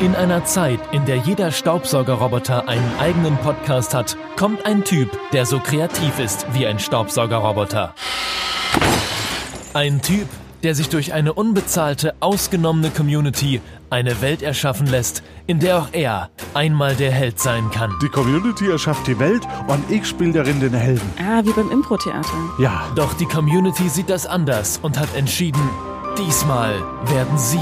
In einer Zeit, in der jeder Staubsaugerroboter einen eigenen Podcast hat, kommt ein Typ, der so kreativ ist wie ein Staubsaugerroboter. Ein Typ, der sich durch eine unbezahlte, ausgenommene Community eine Welt erschaffen lässt, in der auch er einmal der Held sein kann. Die Community erschafft die Welt und ich spiele darin den Helden. Ah, wie beim Impro-Theater. Ja, Doch die Community sieht das anders und hat entschieden, diesmal werden sie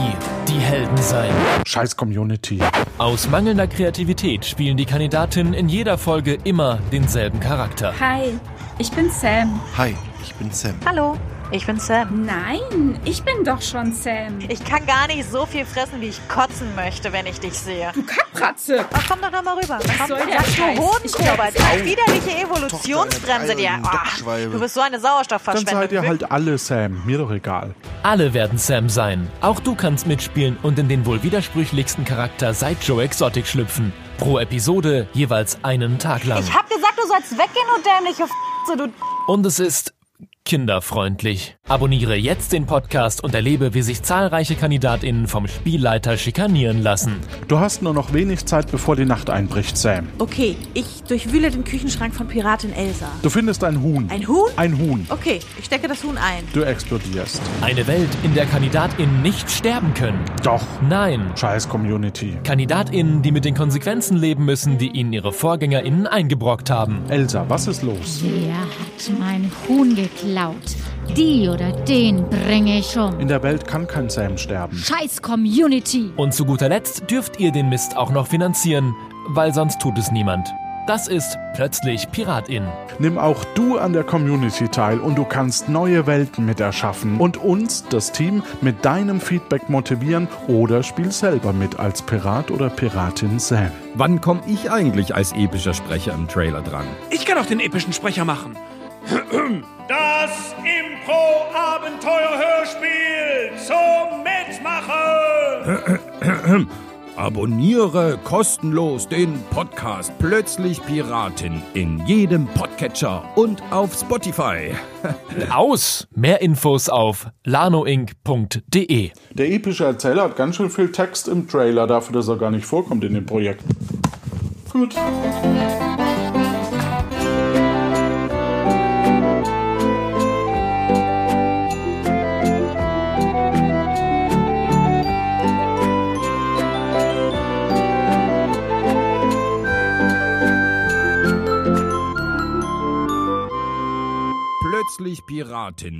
die Helden sein. scheiß Community. Aus mangelnder Kreativität spielen die Kandidatinnen in jeder Folge immer denselben Charakter. Hi, ich bin Sam. Hi, ich bin Sam. Hallo, ich bin Sam. Nein, ich bin doch schon Sam. Ich kann gar nicht so viel fressen, wie ich kotzen möchte, wenn ich dich sehe. Du Kackratze. Ach, komm doch noch mal rüber. Was soll der du Scheiß? Hodenkobert. Ich Eine widerliche Evolutionsbremse Tochter dir. einer Ach, Doppelschwalbe. du bist so eine Dann Sauerstoffverschwendung. seid ihr halt alle Sam, mir doch egal. Alle werden Sam sein. Auch du kannst mitspielen und in den wohl widersprüchlichsten Charakter seit Joe Exotic schlüpfen. Pro Episode jeweils einen Tag lang. Ich hab gesagt, du sollst weggehen, du dämliche F***, du Und es ist kinderfreundlich. Abonniere jetzt den Podcast und erlebe, wie sich zahlreiche KandidatInnen vom Spielleiter schikanieren lassen. Du hast nur noch wenig Zeit, bevor die Nacht einbricht, Sam. Okay, ich durchwühle den Küchenschrank von Piratin Elsa. Du findest ein Huhn. Ein Huhn? Ein Huhn. Okay, ich stecke das Huhn ein. Du explodierst. Eine Welt, in der KandidatInnen nicht sterben können. Doch. Nein. Scheiß Community. KandidatInnen, die mit den Konsequenzen leben müssen, die ihnen ihre VorgängerInnen eingebrockt haben. Elsa, was ist los? Wer hat mein Huhn geklaut? Die oder den bringe ich um. In der Welt kann kein Sam sterben. Scheiß Community! Und zu guter Letzt dürft ihr den Mist auch noch finanzieren, weil sonst tut es niemand. Das ist plötzlich Piratin. Nimm auch du an der Community teil und du kannst neue Welten mit erschaffen und uns, das Team, mit deinem Feedback motivieren oder spiel selber mit als Pirat oder Piratin Sam. Wann komme ich eigentlich als epischer Sprecher im Trailer dran? Ich kann auch den epischen Sprecher machen. Das Impro-Abenteuer-Hörspiel zum Mitmachen! Abonniere kostenlos den Podcast Plötzlich Piratin in jedem Podcatcher und auf Spotify. Aus! Mehr Infos auf lanoinc.de. Der epische Erzähler hat ganz schön viel Text im Trailer, dafür, dass er gar nicht vorkommt in dem Projekt. Gut. Plötzlich Piratin